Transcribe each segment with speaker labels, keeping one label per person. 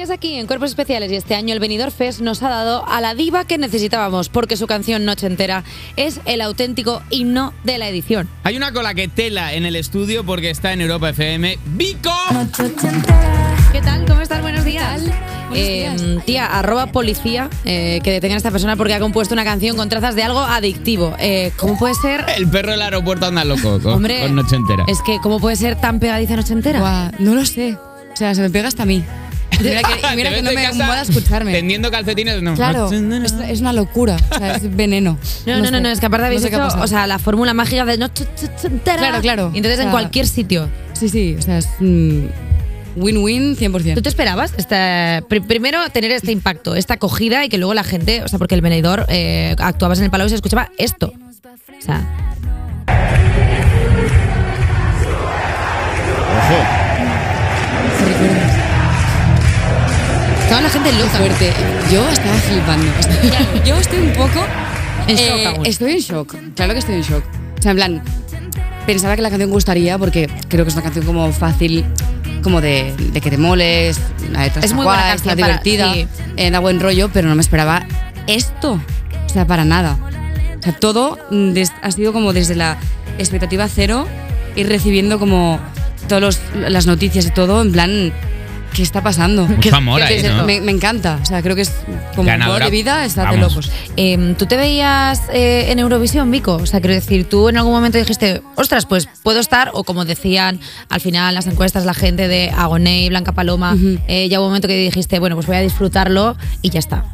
Speaker 1: Estás aquí en Cuerpos Especiales y este año el Venidor Fest nos ha dado a la diva que necesitábamos porque su canción Noche Entera es el auténtico himno de la edición.
Speaker 2: Hay una cola que tela en el estudio porque está en Europa FM. ¡Vico!
Speaker 1: ¿Qué tal? ¿Cómo estás? Buenos días. Eh, tía, arroba policía eh, que detengan a esta persona porque ha compuesto una canción con trazas de algo adictivo. Eh, ¿Cómo puede ser?
Speaker 2: El perro del aeropuerto anda loco con,
Speaker 1: Hombre,
Speaker 2: con noche entera.
Speaker 1: Es que, ¿cómo puede ser tan pegadiza Noche Entera?
Speaker 3: Buah, no lo sé. O sea, se me pega hasta a mí. Y Mira que, y mira
Speaker 2: Te ves
Speaker 3: que no
Speaker 2: de
Speaker 3: me
Speaker 2: casa
Speaker 3: acomoda escucharme.
Speaker 2: Tendiendo calcetines, no.
Speaker 3: Claro, es, es una locura. O sea, es veneno.
Speaker 1: No, no, no, no, es que aparte habéis
Speaker 3: sé qué ha
Speaker 1: hecho,
Speaker 3: pasado.
Speaker 1: o sea, la fórmula mágica de noche noche entera.
Speaker 3: Claro, claro.
Speaker 1: Y entonces
Speaker 3: O
Speaker 1: en
Speaker 3: sea,
Speaker 1: cualquier sitio.
Speaker 3: Sí, sí, o sea, es mm, win-win
Speaker 1: ¿Tú
Speaker 3: 100%.
Speaker 1: te esperabas esta- pri- primero tener este impacto, esta acogida y que luego la gente, o sea, porque el venidor eh, actuabas en el palau y se escuchaba esto? O sea,
Speaker 3: Estaba la gente loca. fuerte. Yo estaba flipando. Ya, Yo estoy un poco... eh,
Speaker 1: En shock aún.
Speaker 3: Estoy en shock. Claro que estoy en shock. O sea, en plan, pensaba que la canción gustaría porque creo que es una canción como fácil, como de, de que te moles, la letra
Speaker 1: Es
Speaker 3: está
Speaker 1: muy buena
Speaker 3: guay,
Speaker 1: canción
Speaker 3: está
Speaker 1: para-
Speaker 3: divertida,
Speaker 1: sí.
Speaker 3: eh, da buen rollo, pero no me esperaba esto. O sea, para nada. O sea, todo mm, des- ha sido como desde la expectativa cero ir recibiendo como todas las noticias y todo, en plan, ¿qué está pasando?
Speaker 2: Mucho amor
Speaker 3: que- que
Speaker 2: ahí,
Speaker 3: es-
Speaker 2: ¿no?
Speaker 3: me, me encanta. O sea, creo que es como un modo
Speaker 2: Ganadora.
Speaker 3: de vida, está de
Speaker 2: Vamos.
Speaker 3: locos.
Speaker 1: eh, ¿tú te veías eh, en Eurovisión, Vico? O sea, quiero decir, tú en algún momento dijiste, ostras, pues puedo estar, o como decían al final las encuestas, la gente de Agoné, Blanca Paloma, eh, ya hubo un momento que dijiste, bueno, pues voy a disfrutarlo y ya está.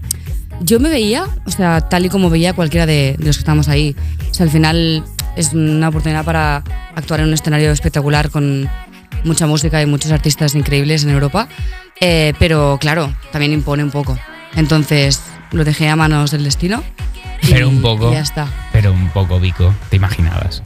Speaker 3: Yo me veía, o sea, tal y como veía cualquiera de, de los que estábamos ahí. O sea, al final es una oportunidad para actuar en un escenario espectacular con mucha música y muchos artistas increíbles en Europa. Eh, pero claro, también impone un poco. Entonces lo dejé a manos del destino. y
Speaker 2: Pero un poco.
Speaker 3: Ya está.
Speaker 2: Pero un poco, Vico. ¿Te imaginabas?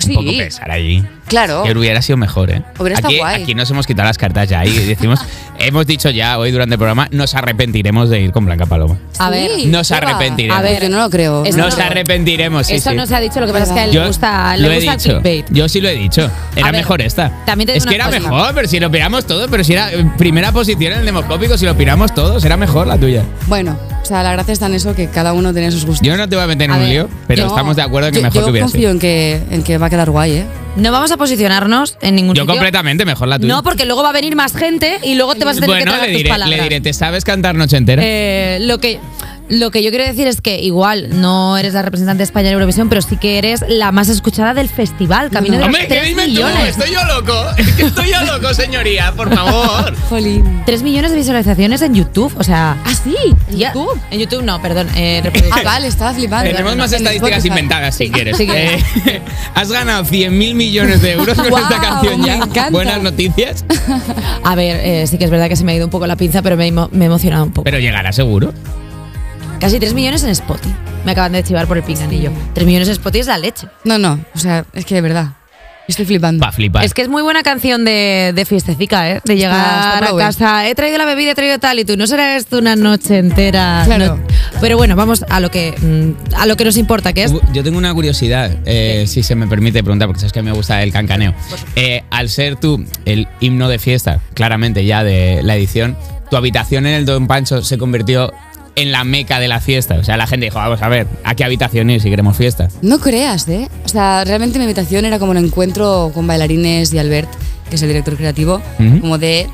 Speaker 3: Sí.
Speaker 2: Un poco pesar allí.
Speaker 3: Claro.
Speaker 2: Que hubiera sido mejor, ¿eh?
Speaker 3: Hubiera estado
Speaker 2: aquí,
Speaker 3: guay.
Speaker 2: aquí nos hemos quitado las cartas ya y decimos, hemos dicho ya hoy durante el programa, nos arrepentiremos de ir con Blanca Paloma.
Speaker 1: A ver,
Speaker 2: nos
Speaker 3: Eva,
Speaker 2: arrepentiremos.
Speaker 3: A ver, yo no lo creo.
Speaker 1: Eso
Speaker 2: Nos
Speaker 1: no-
Speaker 2: arrepentiremos. sí,
Speaker 1: Eso
Speaker 2: sí.
Speaker 1: no se ha dicho, lo que pasa es que a él
Speaker 2: Yo
Speaker 1: le gusta, le
Speaker 2: lo he
Speaker 1: gusta el
Speaker 2: dicho.
Speaker 1: clickbait.
Speaker 2: Yo sí lo he dicho. Era
Speaker 1: A ver,
Speaker 2: mejor esta.
Speaker 1: también te digo
Speaker 2: es que
Speaker 1: una
Speaker 2: era
Speaker 1: cosa.
Speaker 2: mejor, pero si lo piramos todo, pero si era eh, primera posición en el demoscópico, si lo piramos todos, era mejor la tuya.
Speaker 3: Bueno, o sea, la gracia está en eso que cada uno tiene sus gustos.
Speaker 2: Yo no te voy a meter en
Speaker 1: A
Speaker 2: un
Speaker 1: ver,
Speaker 2: lío, pero
Speaker 3: Yo-
Speaker 2: estamos de acuerdo que
Speaker 3: yo-
Speaker 2: mejor que
Speaker 3: Yo
Speaker 2: hubiera
Speaker 3: confío
Speaker 2: sido.
Speaker 3: en que, en que va a quedar guay, ¿eh?
Speaker 1: No vamos a posicionarnos en ningún
Speaker 2: Yo
Speaker 1: sitio.
Speaker 2: completamente mejor la tuya.
Speaker 1: No, porque luego va a venir más gente y luego te vas a tener que
Speaker 2: bueno,
Speaker 1: tragar
Speaker 2: le
Speaker 1: tus
Speaker 2: diré,
Speaker 1: palabras.
Speaker 2: le diré, ¿te sabes cantar noche entera?
Speaker 1: Eh, lo que lo que yo quiero decir es que igual no eres la representante de España en Eurovisión, pero sí que eres la más escuchada del festival, camino de
Speaker 2: Hombre,
Speaker 1: los
Speaker 2: ¿qué
Speaker 1: 3
Speaker 2: dime tú?
Speaker 1: millones.
Speaker 2: Estoy yo loco. Es que estoy yo loco, señoría, por favor.
Speaker 3: Jolín.
Speaker 1: 3 millones de visualizaciones en YouTube, o sea,
Speaker 3: ¿Ah, sí?
Speaker 1: ya-
Speaker 3: ¿Tú?
Speaker 1: En YouTube no, perdón, eh, reproducción.
Speaker 3: Ah, vale, estaba flipando.
Speaker 2: Tenemos
Speaker 3: No,
Speaker 2: más
Speaker 3: en
Speaker 2: estadísticas
Speaker 3: Spotify.
Speaker 2: inventadas si quieres.
Speaker 1: sí que-
Speaker 2: Eh, has ganado 100 mil millones de euros con
Speaker 3: Guau,
Speaker 2: esta canción
Speaker 3: me
Speaker 2: ya.
Speaker 3: encanta.
Speaker 2: Buenas noticias.
Speaker 1: A ver, eh, sí que es verdad que se me ha ido un poco la pinza, pero me, he emo- me he emocionado un poco.
Speaker 2: Pero llegará seguro.
Speaker 1: Casi 3 millones en Spotify. Me acaban de chivar por el pinganillo. 3 millones en Spotify es la leche.
Speaker 3: No, no, o sea, es que de verdad. Estoy flipando.
Speaker 2: Pa' flipar.
Speaker 1: Es que es muy buena canción de, de fiestecica, ¿eh? De llegar
Speaker 3: está
Speaker 1: a
Speaker 3: bravo, ¿eh?
Speaker 1: casa. He traído la bebida, he traído tal y tú. No será esto una noche entera.
Speaker 3: Claro.
Speaker 1: No- Pero bueno, vamos a lo que mm, a lo que nos importa, que es.
Speaker 2: Hubo- Uh, Yo tengo una curiosidad, eh, si se me permite preguntar, porque sabes que me gusta el cancaneo. Eh, al ser tú el himno de fiesta, claramente ya de la edición, tu habitación en el Don Pancho se convirtió en la meca de la fiesta. O sea, la gente dijo, vamos a ver, ¿a qué habitación ir si queremos fiesta?
Speaker 3: No creas, ¿eh? O sea, realmente mi habitación era como un encuentro con bailarines y Albert, que es el director creativo,
Speaker 2: Ujú.
Speaker 3: como de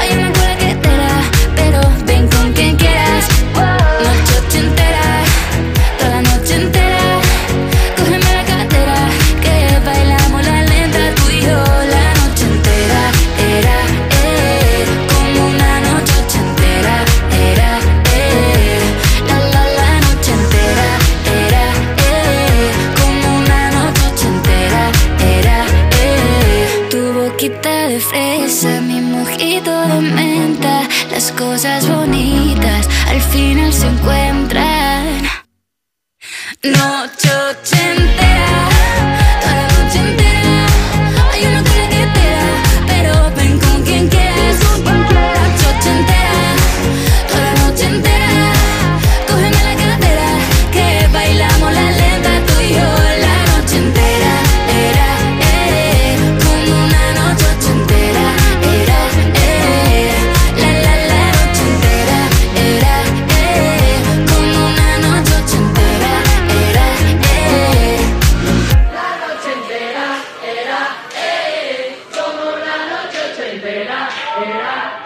Speaker 4: Hay una cola que te da, pero ven con quien quieras. Noche entera, toda la noche entera. Cógeme la cartera, que bailamos la lenta tú y yo la noche entera. Era, eh, como una noche entera. Era, eh, la la la noche entera. Era, eh, como una noche entera. Era, eh, tu boquita de fresa, mi mojito de menta. Las cosas bonitas al final se encuentran. Noche entera, toda la noche entera. Hay una cola que te da, pero ven con quien quieras. Noche entera, toda la noche entera. Cógeme la cartera, que bailamos. eh, eh, eh,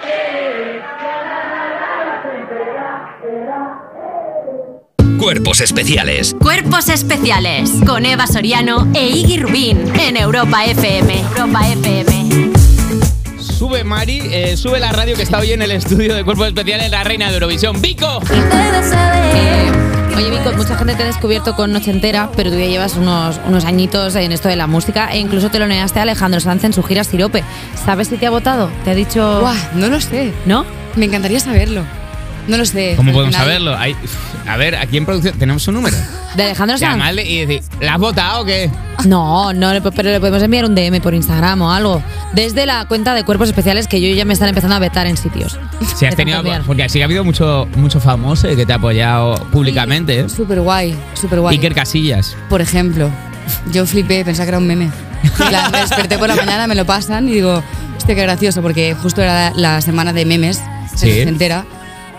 Speaker 4: eh.
Speaker 5: Cuerpos especiales.
Speaker 6: Cuerpos especiales con Eva Soriano e Iggy Rubín en Europa FM. Europa FM.
Speaker 2: Sube Mari, eh, sube la radio que está hoy en el estudio de Cuerpos Especiales, la reina de Eurovisión, Vico.
Speaker 1: Oye, Vico, mucha gente te ha descubierto con Noche Entera, pero tú ya llevas unos, unos añitos en esto de la música e incluso te lo negaste a Alejandro Sanz en su gira Sirope. ¿Sabes si te ha votado? ¿Te ha dicho...?
Speaker 3: Buah, no lo sé.
Speaker 1: ¿No?
Speaker 3: Me encantaría saberlo. No lo sé.
Speaker 2: ¿Cómo
Speaker 3: Al
Speaker 2: podemos
Speaker 3: final-
Speaker 2: saberlo? Hay- a ver, aquí en producción tenemos un número.
Speaker 1: ¿De Alejandro Sanz?
Speaker 2: Llamarle y decir, ¿la has votado o qué?
Speaker 1: No, no, le- pero le podemos enviar un DM por Instagram o algo. Desde la cuenta de Cuerpos Especiales que yo ya me están empezando a vetar en sitios.
Speaker 2: Si
Speaker 1: Me
Speaker 2: has
Speaker 1: tengo
Speaker 2: tenido,
Speaker 1: que enviar.
Speaker 2: porque así que ha habido mucho, mucho famoso que te ha apoyado públicamente. ¿eh?
Speaker 3: Súper guay, súper guay.
Speaker 2: Iker Casillas.
Speaker 3: Por ejemplo, yo flipé, pensaba que era un meme. En plan, me desperté por la mañana, me lo pasan y digo, hostia, qué gracioso, porque justo era la, la semana de memes,
Speaker 2: Sí.
Speaker 3: se entera,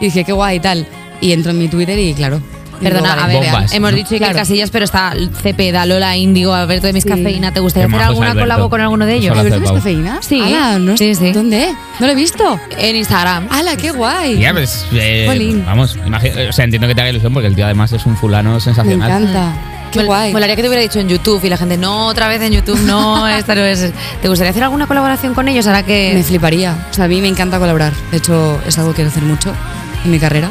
Speaker 3: y dije, qué guay y tal. Y entro en mi Twitter y claro.
Speaker 1: Perdona,
Speaker 3: digo,
Speaker 1: a
Speaker 3: vale,
Speaker 1: ver,
Speaker 2: Bombas,
Speaker 1: hemos
Speaker 2: ¿no?
Speaker 1: dicho que
Speaker 3: Claro.
Speaker 1: Casillas, pero está Cepeda, Lola Índigo, Alberto de Miscafeína. ¿Te gustaría
Speaker 2: Qué
Speaker 1: hacer
Speaker 2: majos,
Speaker 1: alguna
Speaker 2: Alberto.
Speaker 1: colabo con alguno de ellos?
Speaker 2: Hola,
Speaker 3: ¿Alberto
Speaker 2: Pau.
Speaker 3: Miscafeína?
Speaker 1: Sí.
Speaker 3: Ala, no
Speaker 1: Sí,
Speaker 3: es-
Speaker 1: sí.
Speaker 3: ¿Dónde? No lo he visto.
Speaker 1: En Instagram.
Speaker 3: ¡Hala, qué guay!
Speaker 2: Ya, pues, eh,
Speaker 3: Jolín.
Speaker 2: vamos, imagi- o sea, entiendo que te haga ilusión porque el tío además es un fulano
Speaker 3: me
Speaker 2: sensacional.
Speaker 3: encanta. Qué
Speaker 1: Mol-
Speaker 3: guay.
Speaker 1: Molaría que te hubiera dicho en YouTube y la gente, no, otra vez en YouTube, no, esta no es. ¿Te gustaría hacer alguna colaboración con ellos ahora
Speaker 3: Me
Speaker 1: que
Speaker 3: fliparía. O sea, a mí me encanta colaborar. De hecho, es algo que quiero hacer mucho en mi carrera.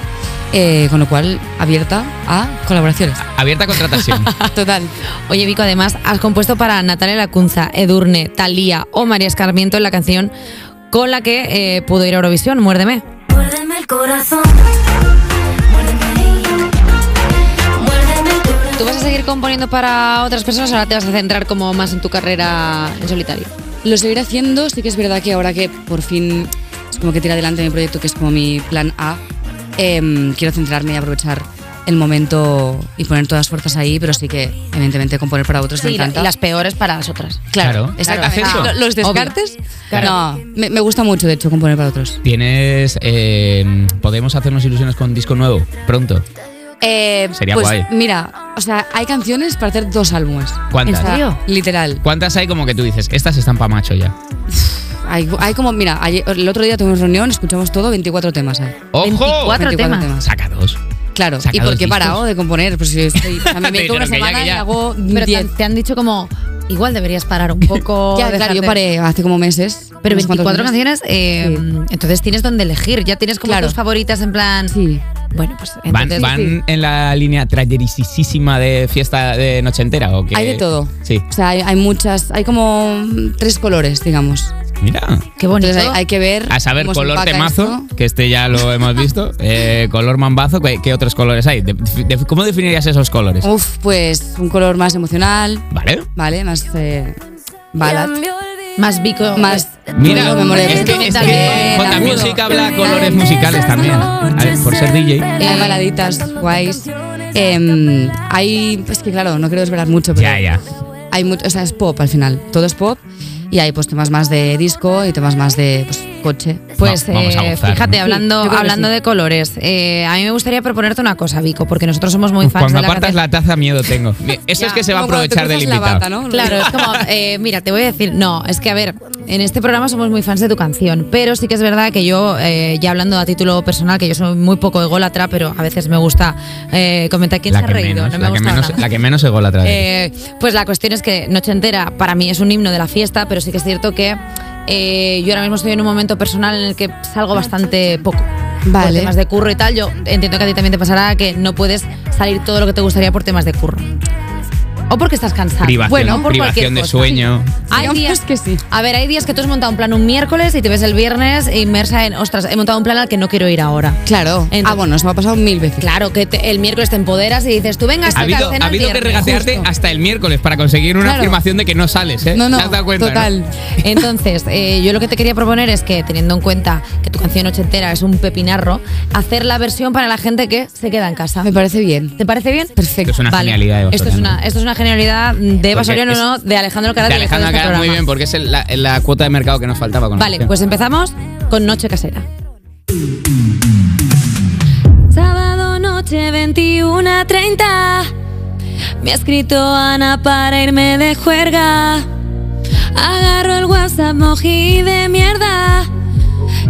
Speaker 3: Eh, con lo cual, abierta a colaboraciones.
Speaker 2: Abierta contratación.
Speaker 3: Total.
Speaker 1: Oye, Vico, además has compuesto para Natalia Lacunza, Edurne, Talía o María Escarmiento en la canción con la que eh, pudo ir a Eurovisión, Muérdeme.
Speaker 4: Muérdeme el corazón. Muérdeme. Muérdeme el corazón.
Speaker 1: ¿Tú vas a seguir componiendo para otras personas o ahora te vas a centrar como más en tu carrera en solitario?
Speaker 3: Lo seguiré haciendo. Sí que es verdad que ahora que por fin es como que tira adelante mi proyecto, que es como mi plan A, em, quiero centrarme y aprovechar el momento y poner todas las fuerzas ahí, pero sí que, evidentemente, componer para otros me
Speaker 1: Sí,
Speaker 3: encanta.
Speaker 1: las peores para las otras.
Speaker 2: Claro.
Speaker 3: exactamente.
Speaker 2: ¿Haces eso?
Speaker 3: Ah, ¿Los descartes?
Speaker 2: Claro.
Speaker 3: No, me, me gusta mucho, de hecho, componer para otros.
Speaker 2: Tienes. eh, ¿Podemos hacernos ilusiones con disco nuevo? Pronto.
Speaker 3: Eh,
Speaker 2: Sería
Speaker 3: pues,
Speaker 2: guay.
Speaker 3: Mira, o sea, hay canciones para hacer dos álbumes.
Speaker 2: ¿Cuántas?
Speaker 1: ¿En serio?
Speaker 3: Literal.
Speaker 2: ¿Cuántas hay como que tú dices? Estas están pa' macho ya.
Speaker 3: Hay, hay como, mira, ayer- el otro día tuvimos reunión, escuchamos todo, 24 temas hay.
Speaker 2: ¡Ojo!
Speaker 1: 24 temas.
Speaker 2: Saca dos.
Speaker 3: Claro,
Speaker 2: Saca
Speaker 3: ¿y por
Speaker 2: dos
Speaker 3: qué he
Speaker 2: discos.
Speaker 3: parado de componer? Pues si estoy, o sea, me
Speaker 2: Te
Speaker 3: meto
Speaker 2: dijeron
Speaker 3: una
Speaker 2: que ya,
Speaker 3: semana
Speaker 2: que
Speaker 3: y
Speaker 2: ya.
Speaker 3: hago
Speaker 1: Pero te
Speaker 3: 10.
Speaker 1: han, te han dicho como, igual deberías parar un poco.
Speaker 3: Ya, claro,
Speaker 1: dejar
Speaker 3: yo
Speaker 1: de-
Speaker 3: paré hace como meses.
Speaker 1: Pero
Speaker 3: unos
Speaker 1: 24
Speaker 3: cuantos meses.
Speaker 1: canciones, eh, entonces tienes donde elegir. Ya tienes como
Speaker 3: Claro.
Speaker 1: tus favoritas en plan.
Speaker 3: Sí.
Speaker 1: Bueno, pues
Speaker 2: ¿Van,
Speaker 1: entonces.
Speaker 2: van en la línea trayerisísima de fiesta de noche entera o qué?
Speaker 3: Hay de todo.
Speaker 2: Sí.
Speaker 3: O sea, hay, hay muchas, hay como mm, tres colores, digamos.
Speaker 2: Mira.
Speaker 1: Qué bonito.
Speaker 3: Entonces hay, hay que ver.
Speaker 2: A saber,
Speaker 3: cómo se
Speaker 2: color
Speaker 3: empaca
Speaker 2: temazo,
Speaker 3: esto.
Speaker 2: que este ya lo hemos visto. eh, color mambazo, ¿qué, qué otros colores hay? De- de- ¿Cómo definirías esos colores?
Speaker 3: Uf, pues un color más emocional,
Speaker 2: ¿Vale?
Speaker 3: ¿vale? Más eh, ballad.
Speaker 1: Más bico.
Speaker 3: más
Speaker 2: Mira,
Speaker 3: Yo me morí.
Speaker 2: es que, es
Speaker 1: También
Speaker 2: que J
Speaker 1: agudo.
Speaker 2: Music habla colores musicales también. A ver, por ser DJ.
Speaker 1: Eh,
Speaker 3: hay baladitas guays Em, hay es que claro no quiero desvelar mucho pero
Speaker 2: Ya, ya.
Speaker 3: hay mucho o sea es pop al final todo es pop y hay pues temas más de disco y temas más de pues, coche
Speaker 1: Pues
Speaker 2: Va- vamos a
Speaker 1: eh,
Speaker 2: gozar,
Speaker 1: fíjate,
Speaker 2: ¿no?
Speaker 1: hablando,
Speaker 3: Sí, yo creo que
Speaker 1: hablando
Speaker 3: sí.
Speaker 1: de colores, eh, a mí me gustaría proponerte una cosa, Vico, porque nosotros somos muy
Speaker 2: Uf,
Speaker 1: fans
Speaker 2: Pues Cuando
Speaker 1: de la
Speaker 2: apartas
Speaker 1: canción.
Speaker 2: la taza, miedo tengo. Eso
Speaker 1: Ya,
Speaker 2: es que se va a
Speaker 3: Como cuando te
Speaker 2: aprovechar del
Speaker 3: cruzas la
Speaker 2: invitado.
Speaker 3: bata, ¿no?
Speaker 1: Claro, es como, eh, mira, te voy a decir, no, es que a ver, en este programa somos muy fans de tu canción, pero sí que es verdad que yo, eh, ya hablando a título personal, que yo soy muy poco ególatra, pero a veces me gusta eh, comentar quién
Speaker 2: La
Speaker 1: se ha
Speaker 2: que,
Speaker 1: reído,
Speaker 2: menos,
Speaker 1: no me
Speaker 2: la,
Speaker 1: ha
Speaker 2: que
Speaker 1: gustado
Speaker 2: menos,
Speaker 1: nada.
Speaker 2: la que menos se gola atrás.
Speaker 1: Eh, pues la cuestión es que Noche Entera para mí es un himno de la fiesta, pero sí que es cierto que eh, yo ahora mismo estoy en un momento personal en el que salgo bastante poco. Por
Speaker 3: Vale.
Speaker 1: temas de curro y tal, yo entiendo que a ti también te pasará que no puedes salir todo lo que te gustaría por temas de curro. O porque estás cansado.
Speaker 2: Privación,
Speaker 1: bueno, o por cualquier
Speaker 2: privación de
Speaker 1: cosa.
Speaker 2: sueño.
Speaker 1: Hay
Speaker 3: Digamos
Speaker 1: días
Speaker 3: que sí.
Speaker 1: A ver, hay días que tú has montado un plan un miércoles y te ves el viernes inmersa en, ostras, he montado un plan al que no quiero ir ahora.
Speaker 3: claro
Speaker 1: Entonces-
Speaker 3: ah bueno se me ha pasado mil veces
Speaker 1: Claro, que te- el miércoles te empoderas y dices, tú vengas
Speaker 2: Ha
Speaker 1: a
Speaker 2: habido, ha habido que regatearte hasta el miércoles para conseguir una
Speaker 3: Claro.
Speaker 2: afirmación de que no sales, ¿eh?
Speaker 3: no no
Speaker 2: ¿Te has dado cuenta? no?
Speaker 3: total
Speaker 1: Entonces, eh, yo lo que te quería proponer es que, teniendo en cuenta que tu canción ochentera es un pepinarro, hacer la versión para la gente que se queda en casa.
Speaker 3: me parece bien
Speaker 1: ¿Te parece bien?
Speaker 3: Perfecto.
Speaker 2: Es una
Speaker 1: Vale.
Speaker 2: genialidad de Eva
Speaker 1: esto es,
Speaker 2: Soriano.
Speaker 1: una, esto es una genialidad de Eva
Speaker 2: Porque
Speaker 1: Soriano,
Speaker 2: es-
Speaker 1: no, de Alejandro Carat.
Speaker 2: De
Speaker 1: que
Speaker 2: Alejandro
Speaker 1: está en este
Speaker 2: Alcaraz, muy
Speaker 1: programa.
Speaker 2: bien, porque es el- la, la cuota de mercado que nos faltaba con la
Speaker 1: Vale,
Speaker 2: canción.
Speaker 1: pues empezamos con Noche Casera. Sábado noche 21.30 Me ha escrito Ana para irme de juerga Agarro el WhatsApp mojí de mierda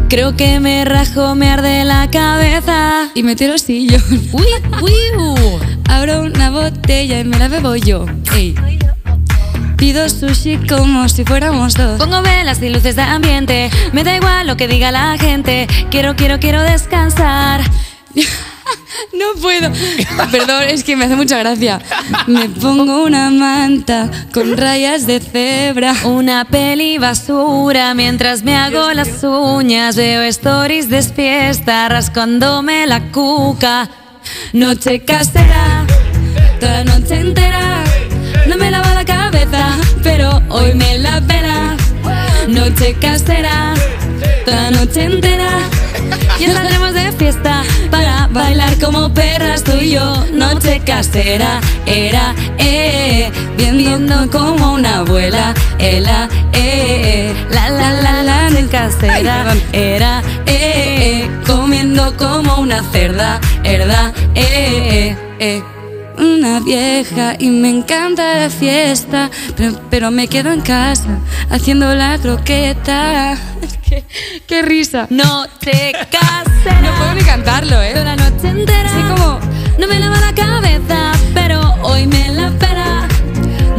Speaker 1: Creo que me rajo, me arde la cabeza
Speaker 3: y me tiro el sillón
Speaker 1: Uy, uy, uh.
Speaker 3: Abro una botella y me la bebo yo. Ey. Pido sushi como si fuéramos dos.
Speaker 1: Pongo velas y luces de ambiente. Me da igual lo que diga la gente. Quiero, quiero, quiero descansar.
Speaker 3: No puedo. Perdón, es que me hace mucha gracia. Me pongo una manta con rayas de cebra.
Speaker 1: Una peli basura mientras me hago las uñas. Veo stories de fiesta rascándome la cuca.
Speaker 3: Noche casera, toda la noche entera. No me lavo la cabeza, pero hoy me la pela. Noche casera, toda la noche entera.
Speaker 1: Y saldremos de fiesta para bailar como perras tú y yo. Noche casera, era, eh, eh, viendo como una abuela, ela, eh, eh, la la la la noche casera, era, eh, eh, comiendo como una cerda, herda, eh, eh, eh.
Speaker 3: Una vieja y me encanta la fiesta, pero, pero me quedo en casa haciendo la croqueta. qué, qué risa.
Speaker 1: Noche casera.
Speaker 3: No puedo ni cantarlo, ¿eh?
Speaker 1: Toda la noche entera.
Speaker 3: Así como-
Speaker 1: No me lava la cabeza, pero hoy me la pera.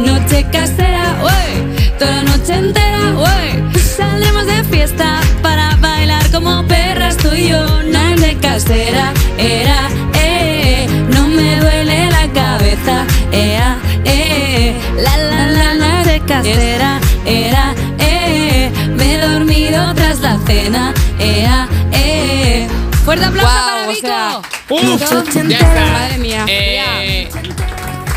Speaker 1: Noche casera, uy. Toda la noche entera, uy. Saldremos de fiesta para bailar como perras tú y yo. Noche casera, era, eh, eh. No me duele la cabeza, ea, eh. eh. La, la, la, la, noche casera, era, eh. eh. Me he dormido tras la cena, ea, eh. Fuerte aplauso
Speaker 3: Guau,
Speaker 1: para
Speaker 3: o
Speaker 1: Vico.
Speaker 3: sea,
Speaker 2: ¡Uf! Ya está.
Speaker 3: Madre mía.
Speaker 2: Eh,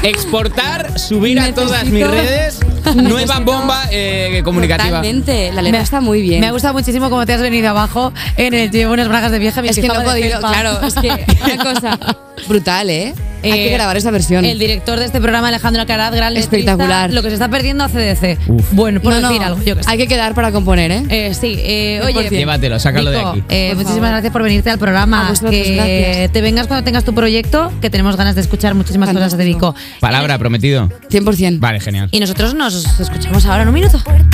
Speaker 2: exportar, subir a
Speaker 3: Necesito-
Speaker 2: todas mis redes. Nueva
Speaker 3: Necesito-
Speaker 2: bomba eh, comunicativa.
Speaker 3: Totalmente, la letra está muy bien.
Speaker 1: Me ha gustado muchísimo cómo te has venido abajo en el llevo unas bragas de vieja. mi
Speaker 3: Es que no
Speaker 1: pijama
Speaker 3: he
Speaker 1: de
Speaker 3: podido,
Speaker 1: felpa.
Speaker 3: claro, es que una cosa brutal, ¿eh? Hay
Speaker 1: Eh,
Speaker 3: que grabar esa versión.
Speaker 1: El director de este programa, Alejandro Alcaraz, gran letrista,
Speaker 3: Espectacular.
Speaker 1: lo que se está perdiendo a CDC.
Speaker 2: Uf.
Speaker 1: Bueno, por
Speaker 3: No, no,
Speaker 1: decir algo, yo que sé.
Speaker 3: hay que quedar para componer, ¿eh?
Speaker 1: Eh, sí, eh, oye.
Speaker 2: 100%. Llévatelo, sácalo de
Speaker 1: Vico,
Speaker 2: aquí.
Speaker 1: eh,
Speaker 3: Por
Speaker 1: muchísimas
Speaker 3: favor.
Speaker 1: gracias por venirte al programa.
Speaker 3: A vosotros,
Speaker 1: que
Speaker 3: gracias.
Speaker 1: te vengas cuando tengas tu proyecto, que tenemos ganas de escuchar muchísimas cosas de Vico.
Speaker 3: Fantástico.
Speaker 2: Palabra, prometido.
Speaker 3: 100%.
Speaker 2: Vale, genial.
Speaker 1: Y nosotros nos escuchamos ahora en un minuto.